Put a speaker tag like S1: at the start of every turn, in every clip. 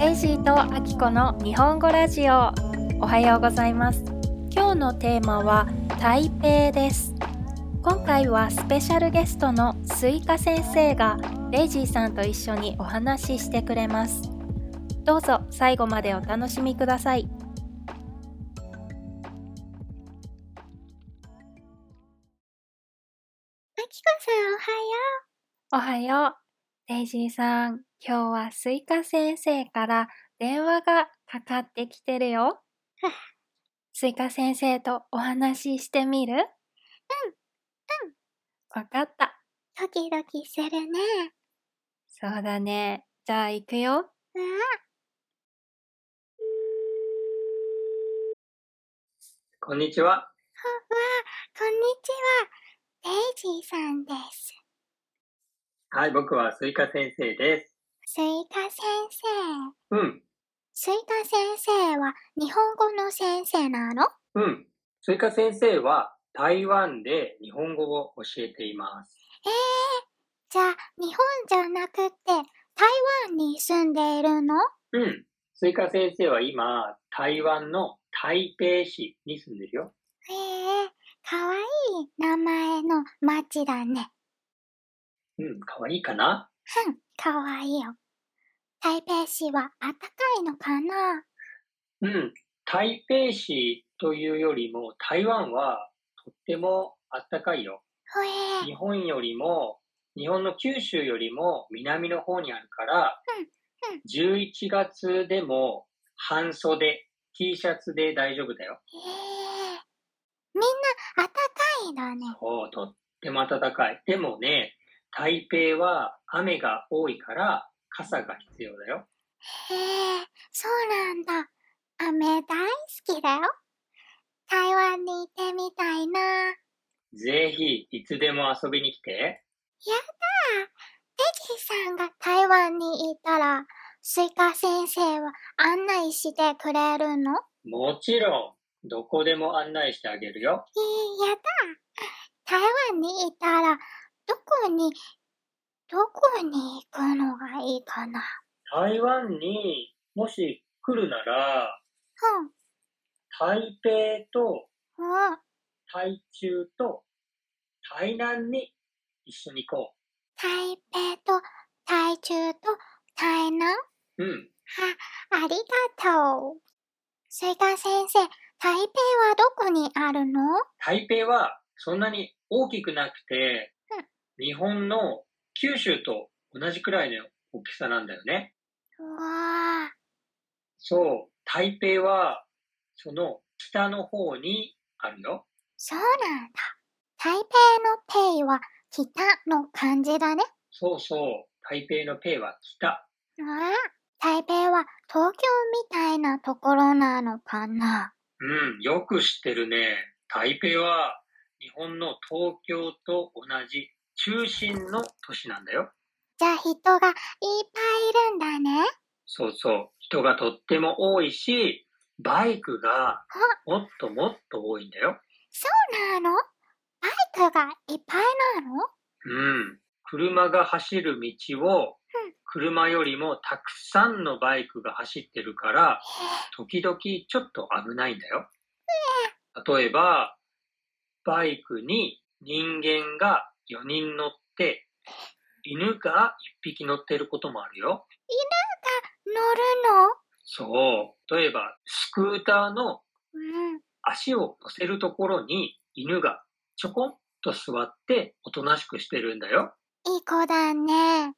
S1: エイジーとアキコの日本語ラジオおはようございます今日のテーマは台北です今回はスペシャルゲストのスイカ先生がレイジーさんと一緒にお話ししてくれますどうぞ最後までお楽しみください
S2: あきこさんおは
S1: おはようレイジーさん今日はスイカ先生から電話がかかってきてるよスイカ先生とお話ししてみるうんうんわかった
S2: よ。ドキドキするね。
S1: そうだね。じゃあ行くよ。
S2: うわ
S3: こんにちは。
S2: こんにちは。デイジーさんです。
S3: はい、僕はスイカ先生です。
S2: スイカ先生。
S3: うん、
S2: スイカ先生は日本語の先生なの
S3: うん。スイカ先生は台湾で日本語を教えています。
S2: じゃあ日本じゃなくって台湾に住んでいるの
S3: うん。スイカ先生は今、台湾の台北市に住んでるよ。
S2: へえ、かわいい名前の町だね。
S3: うん、かわいいかな
S2: うん、かわいいよ。台北市はあったかいのかな
S3: うん。台北市というよりも、台湾はとってもあったかいよ。
S2: ほえ
S3: 日本よりも、日本の九州よりも南の方にあるから、11月でも半袖、T シャツで大丈夫だよ。
S2: へえみんなあったかいだね。
S3: おーとっても暖かい。でもね、台北は雨が多いから傘が必要だよ。
S2: へえ、そうなんだ。雨大好きだよ。台湾に行ってみたいな。や
S3: ぜひ、いつでも遊びに来て。
S2: だ。テキさんが台湾に行ったら、スイカ先生は案内してくれるの
S3: もちろん、どこでも案内してあげるよ。
S2: えー、やだ。台湾にいたら、どこに、どこに行くのがいいかな。
S3: 台湾にもし来るなら、
S2: うん。
S3: 台北と
S2: うん。
S3: 台中と台南に一緒に行こ
S2: 台北と台中と台南
S3: う。うん。
S2: ありがとう。スイカ先生、台北はどこにあるの
S3: 台北はそんなに大きくなくて、日本の九州と同じくらいの大きさなんだよね。
S2: うわあ、
S3: そう。台北はその北の方にあるよ。
S2: そうなんだ。台北のペイは北の漢字だね。
S3: そうそう。台北のペイは北。
S2: うわあ、台北は東京みたいなところなのかな。
S3: うん。よく知ってるね。台北は日本の東京と同じ中心の都市なんだよ。
S2: じゃあ人がいっぱいいるんだね。
S3: そうそう。人がとっても多いし、バイクがもっともっと多いんだよ。
S2: そうなのバイクがいっぱいなの
S3: うん。車が走る道を、車よりもたくさんのバイクが走ってるから、時々ちょっと危ないんだよ。例えば、バイクに人間が4人乗って、犬が1匹乗ってることもあるよ。
S2: 乗
S3: そう。例えば、スクーターの
S2: るのうん。
S3: 足を乗せるところに犬がちょこんと座っておとなしくしてるんだよ。
S2: いい子だね。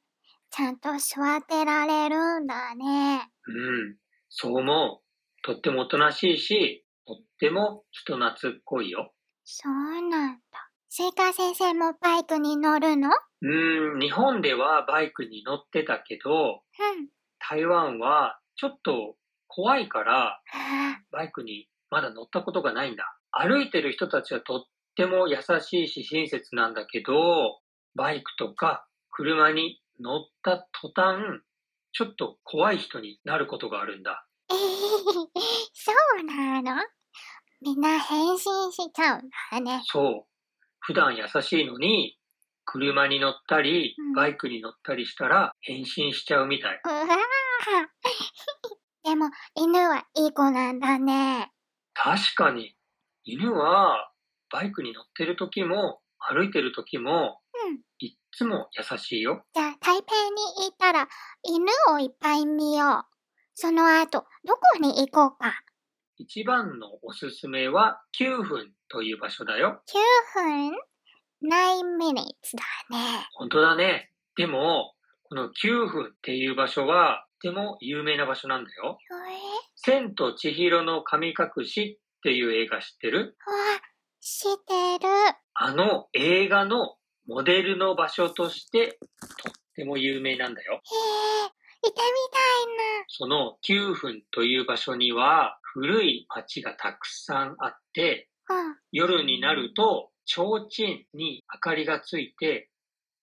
S2: ちゃんと座ってられるんだね。
S3: うん。そう思う。とってもおとなしいし、とっても人懐っこいよ。
S2: そうなんだ。スイカ先生もバイクに乗るのうん。
S3: うん、日本ではバイクに乗ってたけど、台湾はちょっと怖いから
S2: あ
S3: バイクにまだ乗ったことがないんだ。歩いてる人たちはとっても優しいし親切なんだけど、バイクとか車に乗った途端、ちょっと怖い人になることがあるんだ。
S2: えへへへそうなのみんな変身しちゃうんだね。
S3: そう。普段優しいのに、車に乗ったり
S2: うん、
S3: バイクに乗ったりしたら変身しちゃうみたい。
S2: うわあ。でも、犬はいい子なんだね。
S3: 確かに、犬はバイクに乗ってる時も歩いてる時も、
S2: うん
S3: いっつも優しいよ。
S2: じゃあ、台北に行ったら、犬をいっぱい見よう。その後、どこに行こうか。
S3: 一番のおすすめは9分という場所だよ。
S2: 9分 ?9 minutes だね。
S3: 本当だね。でも、この9分っていう場所はとても有名な場所なんだよ。
S2: えれ
S3: 千と千尋の神隠しっていう映画知ってる
S2: は、知ってる。
S3: あの映画のモデルの場所としてとっても有名なんだよ。
S2: へえ、行ってみたいな。
S3: その9分という場所には古い町がたくさんあって、
S2: うん。
S3: 夜になると提灯に明かりがついて、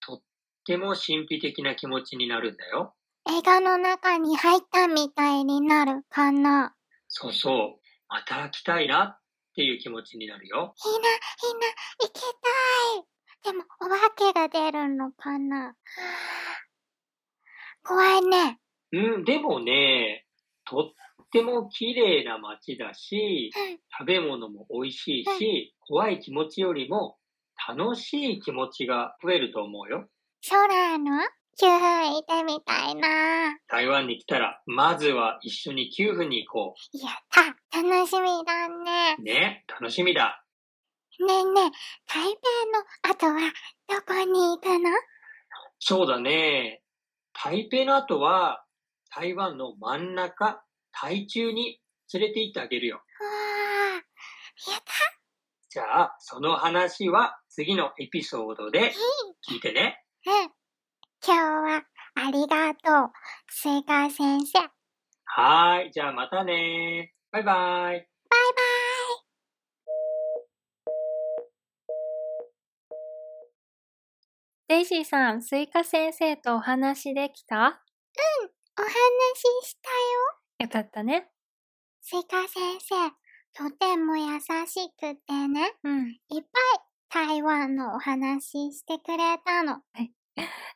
S3: とっても神秘的な気持ちになるんだよ。
S2: 映画の中に入ったみたいになるかな。
S3: そうそう。また来たいなっていう気持ちになるよ。
S2: ひな、ひな、行きたい。でも、お化けが出るのかな。はあ怖いね。
S3: うん、でもね、とっても綺麗な街だし、
S2: うん
S3: 食べ物も美味しいし、怖い気持ちよりも楽しい気持ちが増えると思うよ。
S2: そうなの ?9 分行ってみたいな。
S3: 台湾に来たら、まずは一緒に9分に行こ
S2: やった楽しみだね。
S3: う。ね、楽しみだ。
S2: ねえねえ、台北の後はどこに行くの
S3: そうだね。台北の後は、台湾の真ん中、台中に連れて行ってあげるよ。
S2: わあ、やった
S3: じゃあ、その話は次のエピソードで聞いてね。
S2: うん。今日はありがとう、スイカ先生。
S3: はーい。じゃあまたねー。バイバーイ。
S1: デイジーさん、スイカ先生とお話できた
S2: お話ししたよ。
S1: よかったね。
S2: スイカ先生、とても優しくてね、
S1: うん。
S2: いっぱい台湾のお話ししてくれたの。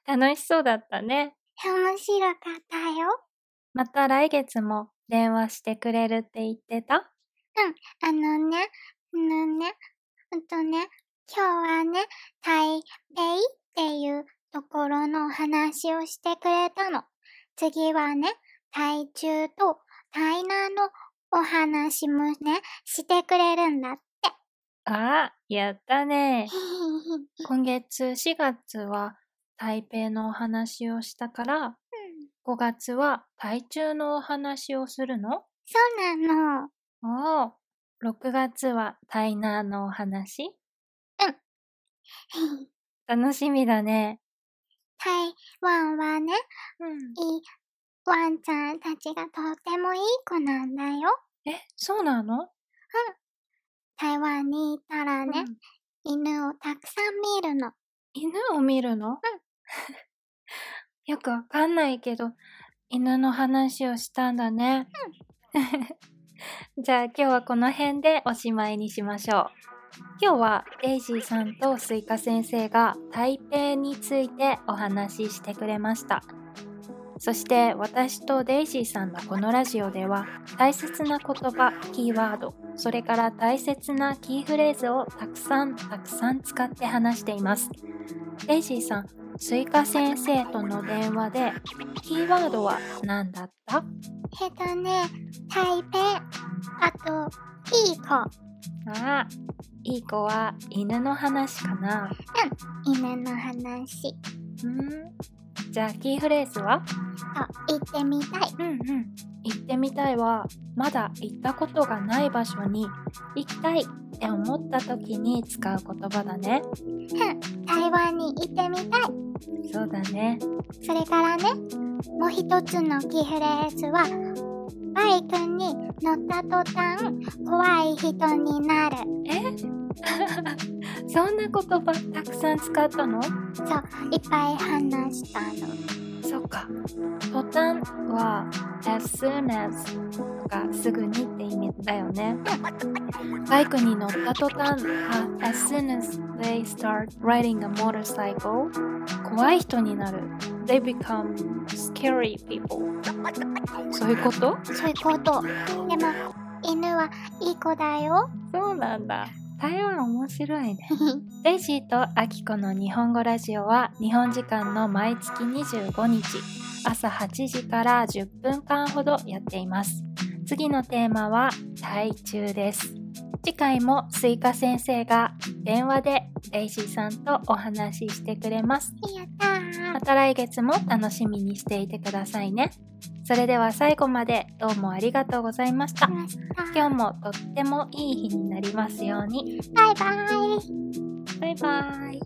S1: 楽しそうだったね。
S2: 面白かったよ。
S1: また来月も電話してくれるって言ってた
S2: あのね、あのね、うんとね、今日はね、台北っていうところのお話をしてくれたの。次はね、台中と台南のお話もね、してくれるんだって。
S1: ああ、やったね。
S2: う
S1: 今月4月は台北のお話をしたから、
S2: ん
S1: 5月は台中のお話をするの
S2: そうなの。
S1: おお。6月は台南のお話楽しみだね。
S2: 台湾はね、
S1: うん。
S2: いいワンちゃんたちがとってもいい子なんだよ。
S1: え、そうなの
S2: 台湾にいたらね、
S1: うん
S2: 犬をたくさん見るの。
S1: 犬を見るの よくわかんないけど、犬の話をしたんだね。 じゃあ今日はこの辺でおしまいにしましょう。今日はデイジーさんとスイカ先生が台北についてお話ししてくれました。そして私とデイジーさんのこのラジオでは大切な言葉、キーワード、それから大切なキーフレーズをたくさんたくさん使って話しています。デイジーさん、スイカ先生との電話でキーワードは何だった
S2: えっとね、台北、あと、いい子、
S1: ああ、いい子は犬の話かな。
S2: 犬の話、
S1: うん。じゃあキーフレーズは
S2: と言ってみたい。
S1: うんうん。行ってみたいは、まだ行ったことがない場所に行きたいって思った時に使う言葉だね。
S2: 台湾に行ってみたい。
S1: そうだね。
S2: それからね、もう一つのキーフレーズは、バイクに乗った途端、怖い人になる。
S1: え そんな言葉たくさん使ったの
S2: いっぱい話したの。
S1: そっか。途端は as soon as とかすぐにって意味だよね。バイクに乗った途端は as soon as they start riding a motorcycle 怖い人になる they become scary people そういうこと
S2: そういうこと。でも、犬はいい子だよ。
S1: そうなんだ台湾面白いねデイジーとアキコの日本語ラジオは日本時間の毎月25日朝8時から10分間ほどやっています次のテーマは台中です次回もスイカ先生が電話でデイジーさんとお話ししてくれます
S2: やったー
S1: ま。た来月も楽しみにしていてくださいねそれでは最後までどうもありがとうございました
S2: ました
S1: 今日もとってもいい日になりますように
S2: バイバイ。
S1: バイバイ